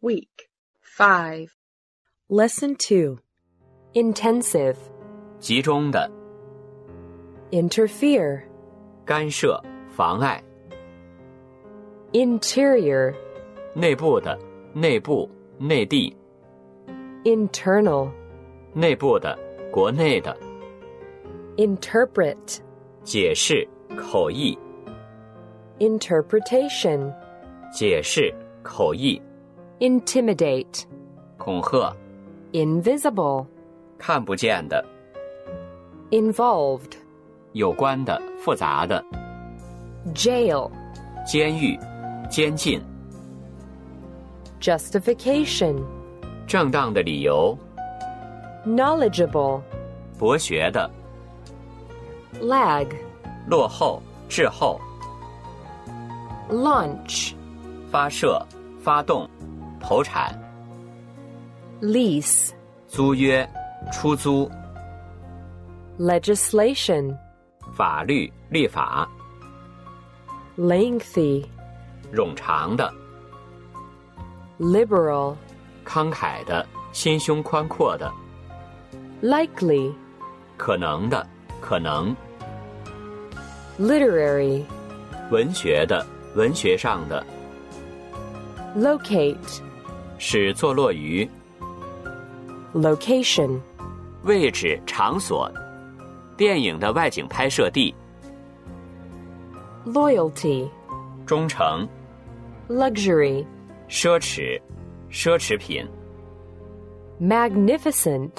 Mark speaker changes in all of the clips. Speaker 1: Week 5.
Speaker 2: Lesson 2 Intensive
Speaker 3: 集中的
Speaker 2: Interfere
Speaker 3: 干涉、妨碍
Speaker 2: Interior
Speaker 3: 内部的内部、内地、
Speaker 2: Internal
Speaker 3: 内部的国内的
Speaker 2: Interpret
Speaker 3: 解释、口译、
Speaker 2: Interpretation
Speaker 3: 解释、口译、
Speaker 2: Intimidate
Speaker 3: 恐吓、
Speaker 2: Invisible
Speaker 3: 看不见的、
Speaker 2: Involved
Speaker 3: 有关的、复杂的、
Speaker 2: Jail
Speaker 3: 监狱、监禁、
Speaker 2: Justification
Speaker 3: 正当的理由、
Speaker 2: Knowledgeable
Speaker 3: 博学的、
Speaker 2: Lag
Speaker 3: 落后、滞后、
Speaker 2: Launch
Speaker 3: 发射、发动、投产、
Speaker 2: Lease
Speaker 3: 租约、出租、
Speaker 2: Legislation
Speaker 3: 法律、立法、
Speaker 2: Lengthy
Speaker 3: 冗长的、
Speaker 2: Liberal
Speaker 3: 慷慨的、心胸宽阔的、
Speaker 2: Likely
Speaker 3: 可能的、可能
Speaker 2: Literary
Speaker 3: 文学的、文学上的、
Speaker 2: Locate
Speaker 3: 使坐落于
Speaker 2: Location
Speaker 3: 位置、场所、电影的外景拍摄地、
Speaker 2: Loyalty
Speaker 3: 忠诚、
Speaker 2: Luxury
Speaker 3: 奢侈、奢侈品、
Speaker 2: Magnificent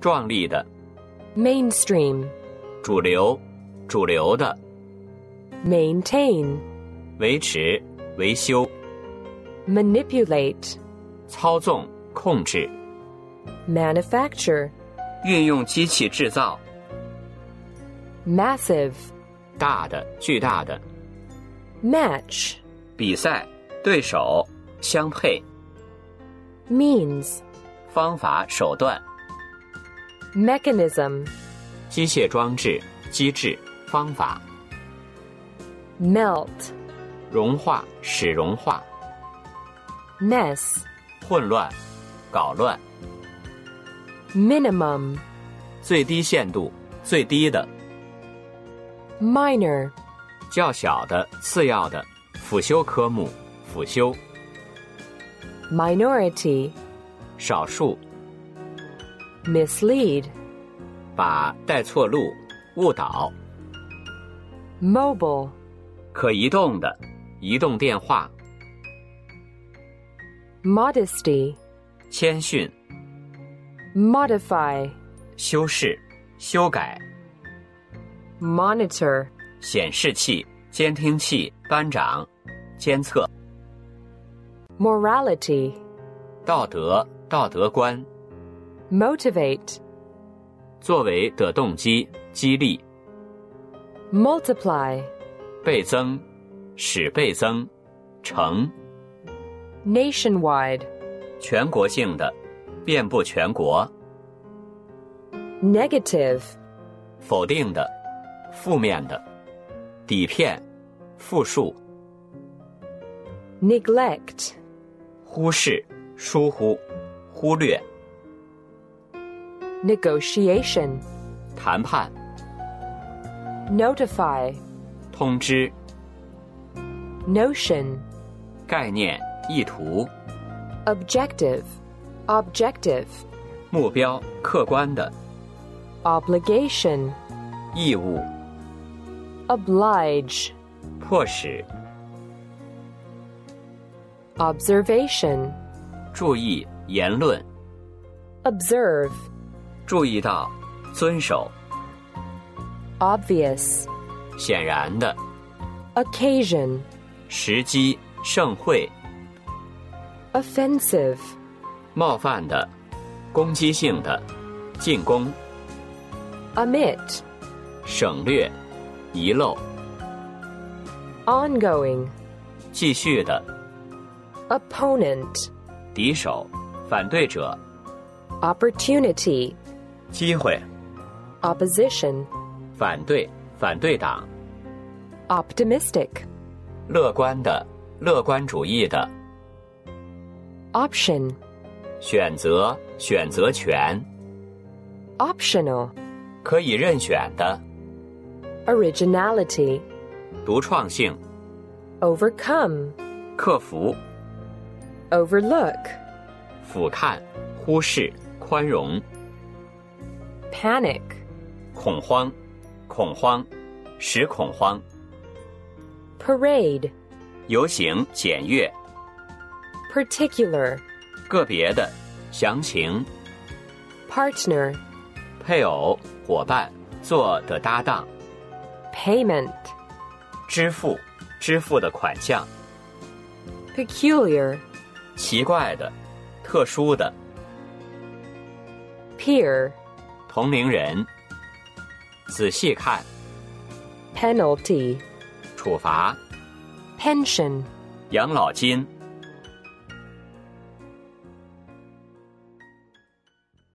Speaker 3: 壮丽的、
Speaker 2: Mainstream
Speaker 3: 主流、主流的、
Speaker 2: Maintain
Speaker 3: 维持、维修、
Speaker 2: Manipulate
Speaker 3: 操纵、控制、
Speaker 2: Manufacture
Speaker 3: 运用机器制造、
Speaker 2: Massive
Speaker 3: 大的、巨大的、
Speaker 2: Match
Speaker 3: 比赛、对手、相配、
Speaker 2: Means
Speaker 3: 方法、手段、
Speaker 2: Mechanism
Speaker 3: 机械装置、机制、方法、
Speaker 2: Melt
Speaker 3: 融化、使融化、
Speaker 2: Mess
Speaker 3: 混乱、搞乱、
Speaker 2: Minimum
Speaker 3: 最低限度、最低的、
Speaker 2: Minor
Speaker 3: 较小的、次要的、辅修科目、辅修、
Speaker 2: Minority
Speaker 3: 少数、
Speaker 2: Mislead
Speaker 3: 把带错路、误导、
Speaker 2: Mobile
Speaker 3: 可移动的、移动电话、
Speaker 2: Modesty
Speaker 3: 谦逊、
Speaker 2: Modify
Speaker 3: 修饰、修改、
Speaker 2: Monitor
Speaker 3: 显示器、监听器、班长、监测、
Speaker 2: Morality
Speaker 3: 道德、道德观、
Speaker 2: Motivate
Speaker 3: 作为的动机、激励、
Speaker 2: Multiply
Speaker 3: 倍增、使倍增、成、
Speaker 2: Nationwide
Speaker 3: 全国性的、遍布全国、
Speaker 2: Negative
Speaker 3: 否定的、负面的、底片、复数、
Speaker 2: Neglect
Speaker 3: 忽视、疏忽、忽略、
Speaker 2: Negotiation
Speaker 3: 谈判、
Speaker 2: Notify
Speaker 3: 通知、
Speaker 2: Notion
Speaker 3: 概念、意图、
Speaker 2: Objective Objective
Speaker 3: 目标、客观的、
Speaker 2: Obligation
Speaker 3: 义务、
Speaker 2: Oblige
Speaker 3: 迫使、
Speaker 2: Observation
Speaker 3: 注意、言论、
Speaker 2: Observe
Speaker 3: 注意到、遵守、
Speaker 2: Obvious
Speaker 3: 显然的、
Speaker 2: Occasion
Speaker 3: 时机、盛会、
Speaker 2: Offensive
Speaker 3: 冒犯的、攻击性的、进攻、
Speaker 2: Omit
Speaker 3: 省略、遗漏、
Speaker 2: Ongoing
Speaker 3: 继续的、
Speaker 2: Opponent
Speaker 3: 敌手、反对者、
Speaker 2: Opportunity
Speaker 3: 机会、
Speaker 2: Opposition
Speaker 3: 反对、反对党、
Speaker 2: Optimistic
Speaker 3: 乐观的、乐观主义的、
Speaker 2: option,
Speaker 3: 选择选择权
Speaker 2: optional,
Speaker 3: 可以任选的
Speaker 2: originality,
Speaker 3: 独创性
Speaker 2: overcome,
Speaker 3: 克服
Speaker 2: overlook,
Speaker 3: 俯瞰忽视宽容
Speaker 2: panic,
Speaker 3: 恐慌恐慌使恐慌
Speaker 2: parade,
Speaker 3: 游行检阅
Speaker 2: particular,
Speaker 3: 个别的详情
Speaker 2: partner,
Speaker 3: 配偶伙伴做的搭档
Speaker 2: payment,
Speaker 3: 支付支付的款项
Speaker 2: peculiar,
Speaker 3: 奇怪的特殊的
Speaker 2: peer,
Speaker 3: 同龄人仔细看
Speaker 2: penalty,
Speaker 3: 处罚
Speaker 2: pension,
Speaker 3: 养老金。